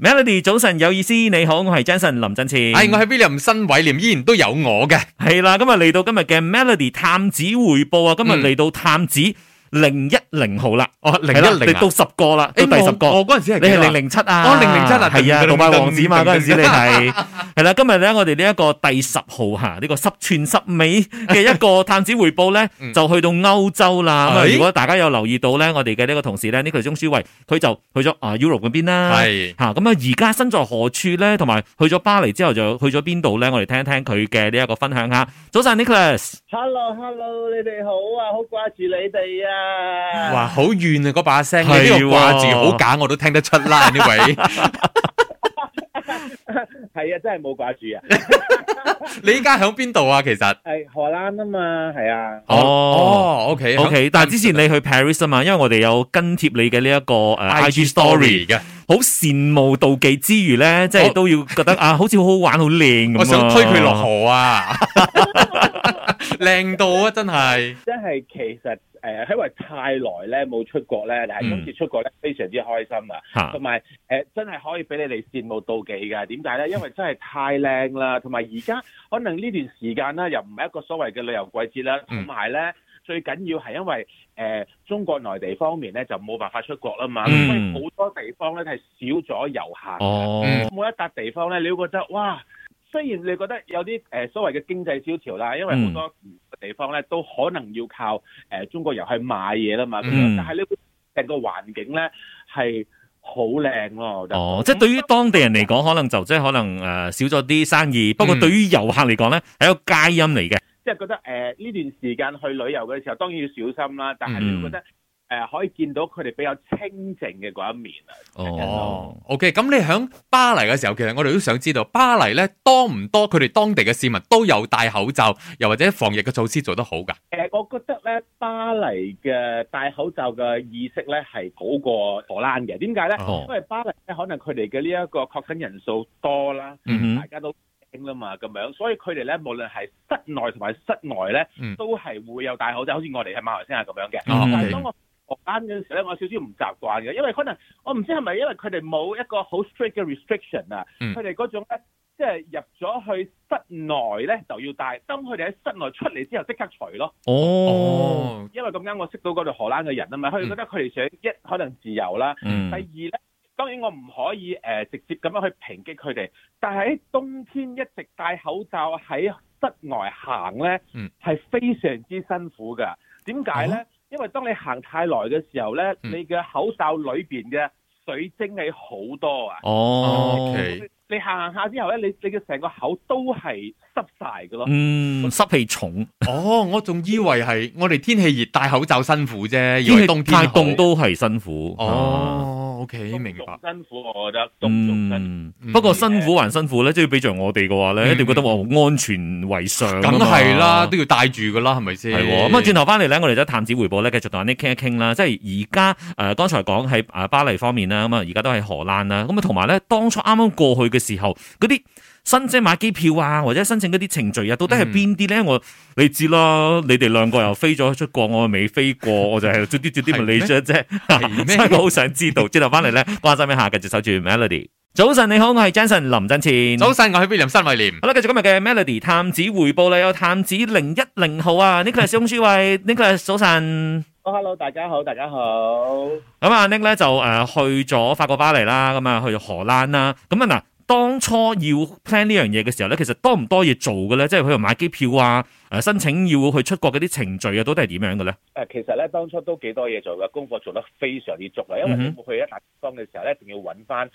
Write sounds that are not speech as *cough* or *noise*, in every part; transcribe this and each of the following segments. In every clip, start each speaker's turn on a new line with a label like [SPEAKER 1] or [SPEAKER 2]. [SPEAKER 1] Melody 早晨有意思，你好，我係 Jason 林振前。
[SPEAKER 2] 係，我喺 William 新偉廉，依然都有我嘅。
[SPEAKER 1] 係啦，今日嚟到今日嘅 Melody 探子匯報啊，今日嚟到探子零一零號啦，
[SPEAKER 2] 哦，嗯零
[SPEAKER 1] 係啦
[SPEAKER 2] 一
[SPEAKER 1] 你
[SPEAKER 2] 零
[SPEAKER 1] 到十個啦，到
[SPEAKER 2] 誒
[SPEAKER 1] 第十個
[SPEAKER 2] 我。我嗰陣時係
[SPEAKER 1] 你
[SPEAKER 2] 幾
[SPEAKER 1] 係
[SPEAKER 2] 多啊
[SPEAKER 1] 零零七啊，
[SPEAKER 2] 哦007啊
[SPEAKER 1] 係啊，
[SPEAKER 2] 噔噔噔
[SPEAKER 1] 杜拜王子嘛，
[SPEAKER 2] 噔噔
[SPEAKER 1] 嗰陣時你係 *laughs* 係啦，今日咧我哋呢一個第十號嚇，呢個十全十美嘅一個探子回報咧，
[SPEAKER 2] *laughs* 嗯哎
[SPEAKER 1] 就去到歐洲啦。咁啊
[SPEAKER 2] 係
[SPEAKER 1] 如果大家有留意到咧，我哋嘅呢個同事咧，呢個鐘舒慧，佢就去咗啊 Europe 嗰邊啦。
[SPEAKER 2] 係
[SPEAKER 1] 嚇咁啊！而家身在何處咧？同埋去咗巴黎之後就去咗邊度咧？我哋聽一聽佢嘅呢一個分享嚇。早晨，Nicholas，
[SPEAKER 3] Hello，Hello，你哋好啊，好掛住你哋啊！
[SPEAKER 2] 哇，好遠啊！嗰把聲，你
[SPEAKER 1] 係
[SPEAKER 2] 呢個掛
[SPEAKER 1] 喎
[SPEAKER 2] 住好假，我都聽得出啦。呢位，
[SPEAKER 1] *laughs*
[SPEAKER 3] 係啊，真係冇掛住啊！
[SPEAKER 2] 你依家喺邊度啊？其實，
[SPEAKER 3] 係荷蘭啊嘛，係啊，
[SPEAKER 1] 哦
[SPEAKER 2] 哦，OK
[SPEAKER 1] OK，但係之前你去 Paris 啊嘛，因為我哋有跟貼你嘅呢一個誒 IG story，
[SPEAKER 2] 嘅，
[SPEAKER 1] 好羨慕妒忌之餘咧，即係
[SPEAKER 2] 我
[SPEAKER 1] 都要覺得啊，好似好好玩、好靚咁啊
[SPEAKER 2] 哦我想推佢落河啊！ *laughs* 靚到啊，真係
[SPEAKER 3] 即係其實誒、呃因為太耐咧冇出國咧，但係今次出國咧非常之開心啊！
[SPEAKER 1] 嚇
[SPEAKER 3] 同埋誒真係可以俾你哋羨慕妒忌㗎。點解咧？因為真係太靚啦，同埋而家可能呢段時間啦，又唔係一個所謂嘅旅遊季節啦，
[SPEAKER 2] 嗯
[SPEAKER 3] 同埋咧。最緊要係因為誒、呃中國內地方面咧就冇辦法出國啦嘛，
[SPEAKER 1] 嗯
[SPEAKER 3] 所以好多地方咧係少咗遊客嘅。
[SPEAKER 1] 哦，
[SPEAKER 2] 嗯
[SPEAKER 3] 每一笪地方咧，你會覺得哇，雖然你覺得有啲誒、呃所謂嘅經濟蕭條啦，因為
[SPEAKER 1] 嗯
[SPEAKER 3] 好多地方咧都可能要靠誒、呃中國遊去買嘢啦嘛，咁樣、
[SPEAKER 1] 嗯
[SPEAKER 3] 但係你會成個環境咧係好靚咯，我覺得。
[SPEAKER 1] 哦，即係對於當地人嚟講，可能就即係可能誒、呃少咗啲生意，不過
[SPEAKER 2] 嗯
[SPEAKER 1] 對於遊客嚟講咧，係一個佳音嚟嘅。
[SPEAKER 3] 即係覺得誒呢、段時間去旅遊嘅時候，當然要小
[SPEAKER 1] 嗯
[SPEAKER 3] 心啦，但係你會覺得誒、呃可以見到佢哋比較清靜嘅嗰一面啊。
[SPEAKER 1] *laughs* 哦，
[SPEAKER 2] OK。咁你喺巴黎嘅時候，其實我哋都想知道巴黎咧多唔多？佢哋當地嘅市民都有戴口罩，又或者防疫嘅措施做得好㗎？
[SPEAKER 3] 誒、呃我覺得咧，巴黎嘅戴口罩嘅意識咧係好過荷蘭嘅。點解
[SPEAKER 2] 嗯
[SPEAKER 3] 咧？
[SPEAKER 1] 哦
[SPEAKER 3] 因為巴黎咧，可能佢哋嘅呢一個確診人數多啦，
[SPEAKER 1] 嗯
[SPEAKER 3] 大家都驚啦嘛，咁樣，所以佢哋咧，無論係室內同埋室外咧，
[SPEAKER 2] 嗯
[SPEAKER 3] 都係會有戴口罩，好似我哋喺馬來西亞咁樣嘅。
[SPEAKER 1] 嗯
[SPEAKER 2] 哦
[SPEAKER 3] 但
[SPEAKER 2] ，OK
[SPEAKER 3] 係當我荷蘭嗰陣時咧，我有少少唔習慣嘅，因為可能我唔知係咪因為佢哋冇一個好 strict 嘅 restriction 啊，
[SPEAKER 2] 嗯
[SPEAKER 3] 佢哋嗰種咧。即係入咗去室內咧就要戴，當佢哋喺室內出嚟之後即刻除咯。
[SPEAKER 1] 哼，哦，
[SPEAKER 2] 哦，
[SPEAKER 3] 因為咁啱我識到嗰度荷蘭嘅人啊嘛，佢哋覺得佢哋想一可能自由啦，
[SPEAKER 1] 嗯
[SPEAKER 3] 第，二咧，當然我唔可以誒、呃直接咁樣去抨擊佢哋，但係喺冬天一直戴口罩喺室外行咧，係、
[SPEAKER 2] 嗯
[SPEAKER 3] 非常之辛苦㗎。點解咧？因為當你行太耐嘅時候咧，
[SPEAKER 2] 嗯
[SPEAKER 3] 你嘅口罩裏邊嘅水蒸氣好多啊！
[SPEAKER 1] 哦
[SPEAKER 2] OK
[SPEAKER 3] 你行行下之後咧，你你嘅成個口都係濕晒㗎咯。
[SPEAKER 1] 嗯，濕氣重，
[SPEAKER 2] 哦，我仲以為係我哋天氣熱戴口罩辛苦啫，以
[SPEAKER 1] 天
[SPEAKER 2] 為
[SPEAKER 1] 氣
[SPEAKER 2] 冬天
[SPEAKER 1] 太
[SPEAKER 2] 好
[SPEAKER 1] 凍。都係辛苦。啊。
[SPEAKER 2] 哦，OK，明白。
[SPEAKER 3] 仲辛苦，我覺得仲仲辛苦。
[SPEAKER 1] 嗯
[SPEAKER 2] 嗯，
[SPEAKER 1] 不過辛苦還辛苦咧，即係俾着我哋嘅話咧，
[SPEAKER 2] 嗯
[SPEAKER 1] 一定覺得我安全為上啊嘛。
[SPEAKER 2] 梗係啦，都要戴住噶啦，係咪先？
[SPEAKER 1] 係喎，咁啊，轉頭翻嚟咧，我哋就探子回報咧，繼續同阿 Nick 傾一傾啦。即係而家誒，剛才講喺誒巴黎方面啦，咁啊，而家都喺荷蘭啦。咁啊，同埋咧，當初啱啱過去嘅時候，嗰啲申請買機票啊，或者申請嗰啲程序啊，到底係邊啲咧？我你知啦，你哋兩個又飛咗出國，我未飛過，我就係做啲做啲咪你啫
[SPEAKER 2] 係
[SPEAKER 1] 啫。
[SPEAKER 2] 咩
[SPEAKER 1] 所以我好想知道，轉頭翻嚟咧，關心一下，繼續守住 Melody。早晨你好，我係 Jason 林振前。
[SPEAKER 2] 早晨，我係 William 新偉廉。
[SPEAKER 1] 好啦，繼續今日嘅 Melody 探子回報啦，有探子零一零號啊，Nicholas 翁舒 *laughs* 慧，Nicholas 早晨。
[SPEAKER 3] 哦 Hello，大家好，大家好。
[SPEAKER 1] 咁啊，Nick 咧就誒、呃去咗法國巴黎啦，咁啊去咗荷蘭啦。咁啊嗱，當初要 plan 呢樣嘢嘅時候咧，其實多唔多嘢做嘅咧？即係佢又買機票啊，誒、申請要去出國嗰啲程序啊，到底係點樣嘅咧？
[SPEAKER 3] 誒，呃其實咧當初都幾多嘢做嘅，功課做得非常之足啊！因為你去一笪地方嘅時候咧，一定要揾翻誒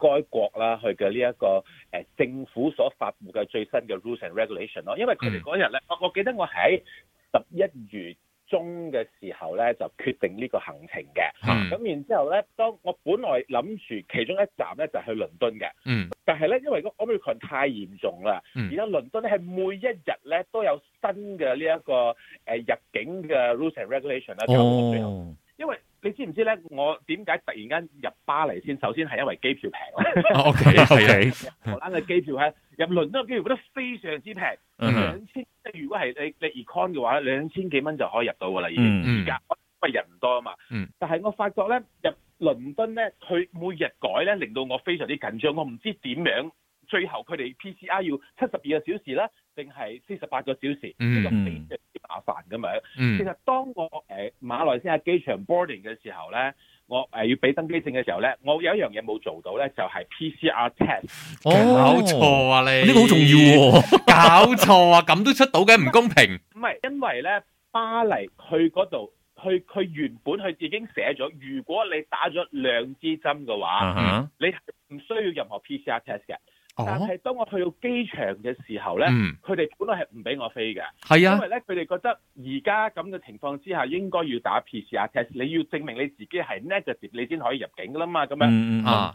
[SPEAKER 3] 該國啦，佢嘅呢一個誒、呃政府所發布嘅最新嘅 rules and regulation 咯。因為佢哋嗰日咧，我我記得我喺十一月中嘅時候咧，就決定呢個行程嘅。
[SPEAKER 1] 啊
[SPEAKER 2] 嗯
[SPEAKER 3] 咁然之後咧，當我本來諗住其中一站咧就係去倫敦嘅。
[SPEAKER 1] *laughs*
[SPEAKER 2] 嗯，
[SPEAKER 3] 但係咧，因為個 Omicron 太嚴重啦，
[SPEAKER 2] 嗯
[SPEAKER 3] 而家倫敦咧係每一日咧都有新嘅呢一個誒、呃入境嘅 rules and regulation 啦。搞到我最後，
[SPEAKER 1] 哦，
[SPEAKER 3] 因為你知唔知咧？我點解突然間入巴黎先？首先係因為機票平啦，
[SPEAKER 2] 哦 OK，係啊
[SPEAKER 1] OK，
[SPEAKER 3] 荷蘭嘅機票係入倫敦嘅機票覺得非常之平，
[SPEAKER 1] 嗯哼
[SPEAKER 3] 兩千即係如果係你你 econ 嘅話，兩千幾蚊就可以入到㗎啦已經。
[SPEAKER 1] 嗯
[SPEAKER 2] 嗯
[SPEAKER 3] 而，家因為人唔多啊嘛。
[SPEAKER 2] 嗯
[SPEAKER 3] 但係我發覺咧，入倫敦咧，佢每日改咧，令到我非常之緊張，我唔知點樣。最後佢哋 PCR 要七十二個小時啦，定係四十八個小時，呢個
[SPEAKER 2] 嗯
[SPEAKER 3] 非常之麻煩咁樣。其
[SPEAKER 2] 嗯
[SPEAKER 3] 實當我誒、呃、馬來西亞機場 boarding 嘅時候咧，我誒、呃要俾登機證嘅時候咧，我有一樣嘢冇做到咧，就係、PCR test。
[SPEAKER 2] 搞錯啊你，
[SPEAKER 1] 哦呢個好重要喎。
[SPEAKER 2] 搞錯啊，咁都出到嘅唔公平。
[SPEAKER 3] 唔係因為咧巴黎去嗰度，佢佢原本佢已經寫咗，如果你打咗兩支針嘅話，
[SPEAKER 1] 啊哈
[SPEAKER 3] 你係唔需要任何 PCR test 嘅。但
[SPEAKER 2] 哦，
[SPEAKER 3] 係當我去到機場嘅時候咧，
[SPEAKER 2] 嗯，
[SPEAKER 3] 佢哋本來係唔俾我飛嘅。
[SPEAKER 2] 係
[SPEAKER 3] 因
[SPEAKER 2] 啊，
[SPEAKER 3] 為咧，佢哋覺得而家咁嘅情況之下，應該要打 PCR test，你要證明你自己係 negative，你先可以入境噶啦嘛。咁樣，
[SPEAKER 1] 嗯嗯嗯
[SPEAKER 2] 啊，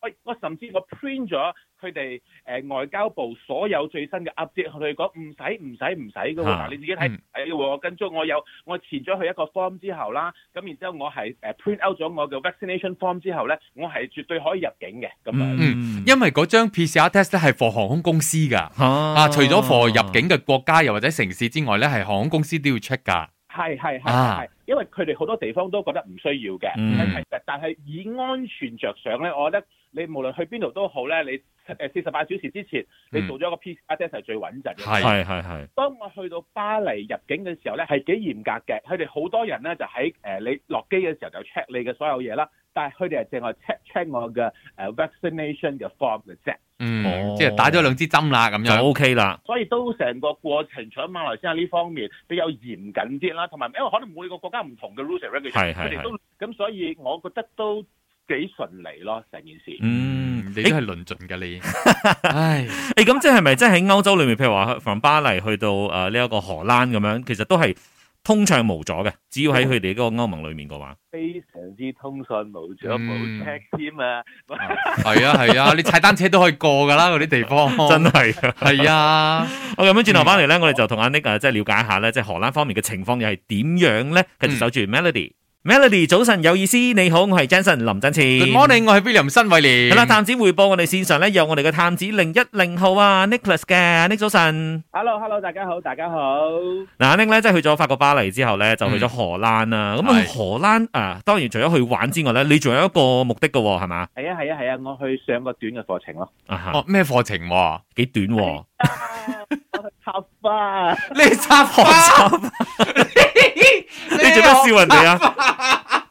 [SPEAKER 3] 我我甚至我 print 咗佢哋誒外交部所有最新嘅 update，佢哋講唔使唔使唔使嘅喎，
[SPEAKER 1] 啊
[SPEAKER 3] 嗱你自己睇
[SPEAKER 2] 嗯
[SPEAKER 3] 唔使嘅喎。我跟蹤我有我填咗佢一個 form 之後啦，咁然之後我係誒 print out 咗我嘅 vaccination form 之後咧，我係絕對可以入境嘅咁樣。
[SPEAKER 1] 嗯
[SPEAKER 2] 因為嗰張 PCR test 咧係 for 航空公司噶。啊，
[SPEAKER 1] 啊
[SPEAKER 2] 除咗 for 入境嘅國家又或者城市之外咧，係航空公司都要 check 噶。
[SPEAKER 3] 係係係
[SPEAKER 2] 啊
[SPEAKER 3] 係，因為佢哋好多地方都覺得唔需要嘅，
[SPEAKER 1] 嗯
[SPEAKER 3] 係係但係以安全着想咧，我覺得你無論去邊度都好咧，你誒四十八小時之前你
[SPEAKER 2] 嗯
[SPEAKER 3] 做咗個 PCR test 係最穩陣嘅。
[SPEAKER 2] 係
[SPEAKER 1] 係係係，
[SPEAKER 3] 當我去到巴黎入境嘅時候咧，係幾嚴格嘅。佢哋好多人咧就喺誒、呃你落機嘅時候就 check 你嘅所有嘢啦，但係佢哋係淨係 check check 我嘅誒、呃 vaccination 嘅 form 嘅啫。
[SPEAKER 2] 嗯，
[SPEAKER 1] 哦
[SPEAKER 2] 即係打咗兩支針啦，咁
[SPEAKER 1] 就
[SPEAKER 2] 樣。
[SPEAKER 1] OK 啦。
[SPEAKER 3] 所以都成個過程，除咗馬來西亞呢方面比較嚴謹啲啦，同埋因為可能每個國家唔同嘅 rules and
[SPEAKER 1] 係
[SPEAKER 3] regulation，
[SPEAKER 1] 係
[SPEAKER 3] 佢哋都咁，所以我覺得都幾順利咯，成件事。
[SPEAKER 1] 嗯，
[SPEAKER 2] 你
[SPEAKER 1] 誒
[SPEAKER 2] 都係論盡噶你。唉，
[SPEAKER 1] 誒咁即係咪即係喺歐洲裏面，譬如話 from 巴黎去到誒呢一個荷蘭咁樣，其實都係通暢無阻嘅，只要喺
[SPEAKER 2] 哦
[SPEAKER 1] 佢哋嗰個歐盟裏面嘅話。
[SPEAKER 3] 非常之通訊冇咗
[SPEAKER 2] 嗯
[SPEAKER 3] 冇 check 添啊！
[SPEAKER 2] 係啊係啊，你踩單車都可以過噶啦，嗰啲地方。
[SPEAKER 1] 真係，
[SPEAKER 2] 係啊，
[SPEAKER 1] 好咁樣轉頭翻嚟咧，
[SPEAKER 2] 哦
[SPEAKER 1] 我哋就同阿 Nick 啊，即係了解下咧，即係荷蘭方面嘅情況又係點樣咧？繼續
[SPEAKER 2] 嗯
[SPEAKER 1] 守住 Melody。Melody，早晨有意思，你好，我係 Jason 林振前。
[SPEAKER 2] Good morning，我係 William 新偉廉。
[SPEAKER 1] 係啦，探子匯報，我哋線上咧有我哋嘅探子零一零號啊，Nicholas 嘅 Nick 早晨。
[SPEAKER 3] Hello Hello，大家好，大家好。
[SPEAKER 1] 嗱，Nick 咧即係去咗法國巴黎之後咧，就去咗荷蘭啦。咁啊
[SPEAKER 2] 嗯係，
[SPEAKER 1] 荷蘭啊，當然除咗去玩之外咧，你仲有一個目的嘅喎係嘛？
[SPEAKER 3] 係啊係啊係啊，我去上個短嘅課
[SPEAKER 1] *laughs*
[SPEAKER 3] 程咯。
[SPEAKER 1] 啊哈，
[SPEAKER 2] 哦，咩課程喎？
[SPEAKER 1] 幾短喎？
[SPEAKER 3] 我去插花，
[SPEAKER 2] 你插
[SPEAKER 1] 學
[SPEAKER 2] 花，
[SPEAKER 1] 習，
[SPEAKER 2] 哎
[SPEAKER 1] 你做乜笑人哋啊？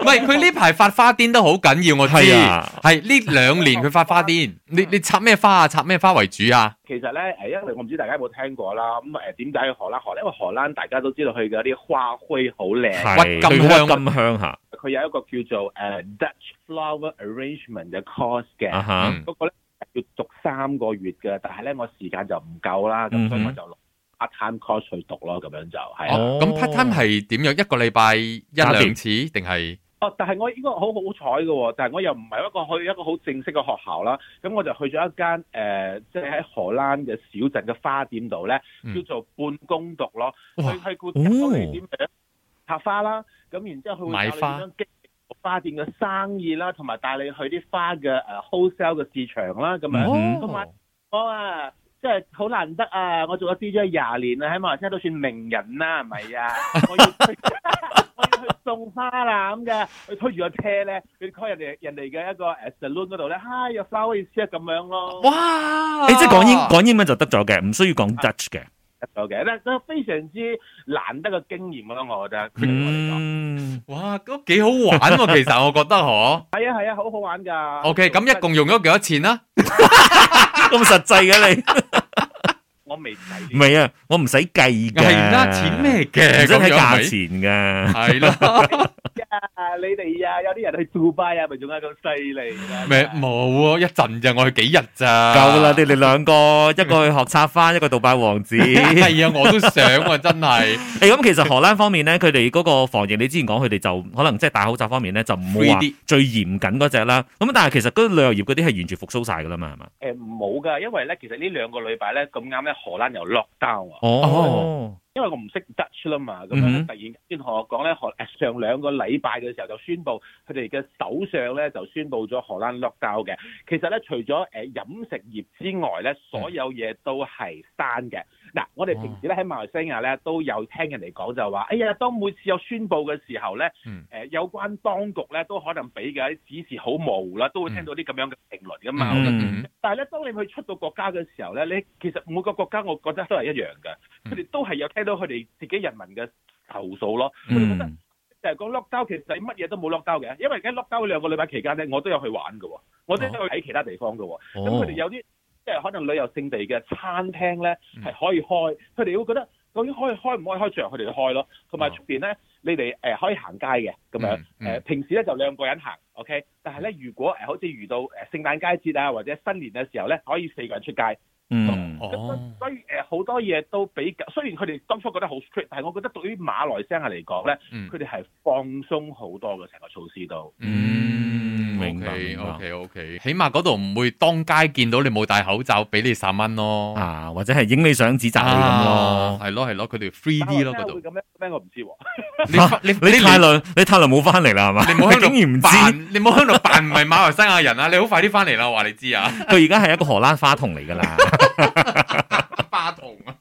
[SPEAKER 2] 唔係佢呢排發花癲都好緊要，我知。
[SPEAKER 1] 係啊
[SPEAKER 2] 係呢兩年佢發花癲，你你插咩花啊？插咩花為主啊？
[SPEAKER 3] 其實咧誒，因為我唔知大家有冇聽過啦。咁誒點解去荷蘭？荷蘭因為荷蘭大家都知道佢嘅啲花卉好靚。
[SPEAKER 1] 係
[SPEAKER 2] 鬱金香
[SPEAKER 1] 對
[SPEAKER 2] 啊
[SPEAKER 1] 鬱金香啊嚇
[SPEAKER 3] 佢有一個叫做誒、呃 Dutch Flower Arrangement 嘅 course 嘅，
[SPEAKER 1] 啊哈，
[SPEAKER 2] 嗯
[SPEAKER 3] 嗰、個咧要讀三個月嘅，但係咧我時間就唔夠啦，咁、
[SPEAKER 1] 嗯哼
[SPEAKER 3] 所以我就攞 part time course 去讀咯，咁樣就係啊啦。
[SPEAKER 1] 哦
[SPEAKER 2] 哦，咁 part time 係點樣？一個禮拜一
[SPEAKER 1] 打
[SPEAKER 2] 兩
[SPEAKER 1] 碟
[SPEAKER 2] 次定係？
[SPEAKER 3] 哦，但係我應該好好彩嘅喎，但係我又唔係一個去一個好正式嘅學校啦，咁我就去咗一間誒、呃即係喺荷蘭嘅小鎮嘅花店度咧，
[SPEAKER 2] 嗯
[SPEAKER 3] 叫做半工讀咯，
[SPEAKER 2] 哇哦
[SPEAKER 3] 佢佢顧教你點樣插花啦，咁然之後佢會
[SPEAKER 2] 買
[SPEAKER 3] 教你點
[SPEAKER 2] 花
[SPEAKER 3] 樣經營花店嘅生意啦，同埋帶你去啲花嘅誒 wholesale 嘅市場啦，咁樣。
[SPEAKER 1] 嗯
[SPEAKER 3] 同埋我啊，即係好難得啊！我做咗 DJ 廿年啦，喺馬來西亞都算名人啦，係
[SPEAKER 2] *laughs*
[SPEAKER 3] 咪啊？我要去我要去送花啦咁嘅，佢推住個車咧，佢 call 人哋人哋嘅一個誒 salon 嗰度咧，Hi your flower is here 咁樣咯，
[SPEAKER 2] 哇！
[SPEAKER 1] 你即係講
[SPEAKER 2] 哦
[SPEAKER 1] 英講英文就得咗嘅，唔需要
[SPEAKER 2] 啊
[SPEAKER 1] 講 Dutch 嘅。
[SPEAKER 3] 得咗嘅，咧都非常之難得嘅經驗咯，我覺得。對我嚟講
[SPEAKER 1] 嗯，
[SPEAKER 2] 哇，都幾好玩喎！其實我覺得
[SPEAKER 3] *laughs*
[SPEAKER 2] 嗬。
[SPEAKER 3] 係啊係啊，好好玩㗎。
[SPEAKER 2] OK，咁一共用咗幾多錢啦？
[SPEAKER 1] 咁實際嘅
[SPEAKER 2] *laughs*
[SPEAKER 3] 我未睇
[SPEAKER 1] 你，唔係啊，我唔使計嘅。
[SPEAKER 2] 係啦，錢咩
[SPEAKER 1] 唔
[SPEAKER 2] 嘅？
[SPEAKER 1] 使睇價錢
[SPEAKER 2] 錢。
[SPEAKER 1] 嘅。
[SPEAKER 2] 係啦，
[SPEAKER 3] 啊！你哋啊，有啲人去杜拜啊，咪仲加咁犀利啊
[SPEAKER 2] 咪冇喎，一陣咋，我去幾日咋？
[SPEAKER 1] 夠啦，你哋兩個，一個去學插花，一個杜拜王子。誒
[SPEAKER 2] 係啊，我都想啊，真
[SPEAKER 3] *laughs*
[SPEAKER 2] 係。
[SPEAKER 1] 咁其實荷蘭方面咧，佢哋嗰個防疫，你之前講佢哋就可能即係戴口罩方面咧，就唔好話
[SPEAKER 2] Free 啲
[SPEAKER 1] 最嚴謹嗰只啦。咁但係其實嗰啲旅遊業嗰啲係完全復甦晒噶啦嘛，係嘛？
[SPEAKER 3] 誒冇㗎，因為咧，其實呢兩個禮拜咧咁啱咧，荷蘭又 lock down 啊。
[SPEAKER 1] 哦，
[SPEAKER 3] 因為我唔識 Dutch 啦嘛，咁
[SPEAKER 1] 嗯
[SPEAKER 3] 樣
[SPEAKER 1] 哼
[SPEAKER 3] 突然先同我講咧，荷誒 *laughs* 上兩個禮拜嘅時候就宣布佢哋嘅首相咧就宣布咗荷蘭 lockdown 呃嘅。其實咧，除咗誒飲食業之外咧，所有嘢都係閂嘅。誒、嗱，我哋平時咧喺馬來西亞咧都有聽人哋講就話，哎呀，當每次有宣佈嘅時候咧，誒、
[SPEAKER 2] 嗯
[SPEAKER 3] 有關當局咧都可能俾嘅指示好模糊啦，都會聽到啲咁樣嘅評論噶嘛。
[SPEAKER 1] 嗯
[SPEAKER 3] 但係咧，當你去出到國家嘅時候咧，你其實每個國家我覺得都係一樣嘅，
[SPEAKER 2] 嗯
[SPEAKER 3] 佢哋都係有聽到佢哋自己人民嘅投訴咯。
[SPEAKER 1] 嗯
[SPEAKER 3] 就係講 lockdown 其實你乜嘢都冇 lockdown 嘅，因為而家 lockdown 兩個禮拜期間咧，我都有去玩嘅喎，我都有
[SPEAKER 2] 哦
[SPEAKER 3] 去睇其他地方嘅喎。咁佢
[SPEAKER 1] 嗯
[SPEAKER 3] 哋有啲即係可能旅遊勝地嘅餐廳咧
[SPEAKER 2] 嗯
[SPEAKER 3] 係可以開，佢哋會覺得究竟可以開唔可以開着，佢哋就開咯。同埋
[SPEAKER 2] 哦
[SPEAKER 3] 出邊咧，你哋誒、呃可以行街嘅咁樣。誒、
[SPEAKER 2] 嗯嗯
[SPEAKER 3] 呃平時咧就兩個人行，OK。但係咧，如果誒、呃好似遇到誒聖誕佳節啊或者新年嘅時候咧，可以四個人出街。
[SPEAKER 1] 嗯
[SPEAKER 3] 咁所
[SPEAKER 2] 哦，
[SPEAKER 3] 所以誒好多嘢都比較，雖然佢哋當初覺得好 strict，但係我覺得對於馬來西亞嚟講咧，
[SPEAKER 2] 嗯
[SPEAKER 3] 佢哋係放鬆好多嘅成個措施都。
[SPEAKER 1] 嗯明白明白
[SPEAKER 2] O K O K，起碼嗰度唔會當街見到你冇戴口罩，俾你十蚊咯。
[SPEAKER 1] 啊，或者係影你相指責你咁咯。
[SPEAKER 2] 係咯係咯，佢哋 free
[SPEAKER 3] 馬來
[SPEAKER 2] 啲
[SPEAKER 3] 西
[SPEAKER 2] 咯嗰
[SPEAKER 3] 亞會
[SPEAKER 2] 度。
[SPEAKER 3] 咁樣咩？我唔知喎。
[SPEAKER 2] 你
[SPEAKER 1] 你太耐，你太耐冇翻嚟啦，係嘛？
[SPEAKER 2] *laughs* 你唔好喺
[SPEAKER 1] 竟然唔
[SPEAKER 2] 度
[SPEAKER 1] 知，
[SPEAKER 2] 扮，你唔好喺度扮唔係馬來西亞人啊！你好快啲翻嚟啦，我話你知 *laughs* 啊，
[SPEAKER 1] 佢而家係一個荷蘭花童嚟㗎啦。
[SPEAKER 2] 花童啊，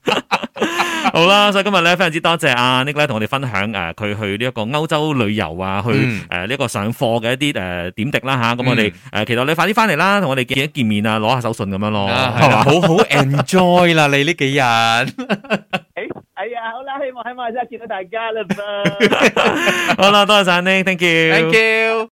[SPEAKER 1] 好啦，所以今日咧非常之多謝阿 Nick 咧同我哋分享誒佢去呢一個歐洲旅遊啊，去
[SPEAKER 2] 嗯
[SPEAKER 1] 誒呢一個上課嘅一啲誒點滴啦吓，咁我哋
[SPEAKER 2] 嗯
[SPEAKER 1] 誒期待你快啲翻嚟啦，同我哋見一見面啊，攞下手信咁樣咯，
[SPEAKER 2] 啊係啦，好好 enjoy 啦，你呢幾日
[SPEAKER 3] 哎呀，好啦，希望喺馬來西亞見到大家啦噃。 *laughs*
[SPEAKER 1] 好啦，多謝晒 Nick，thank you。
[SPEAKER 2] ，thank you。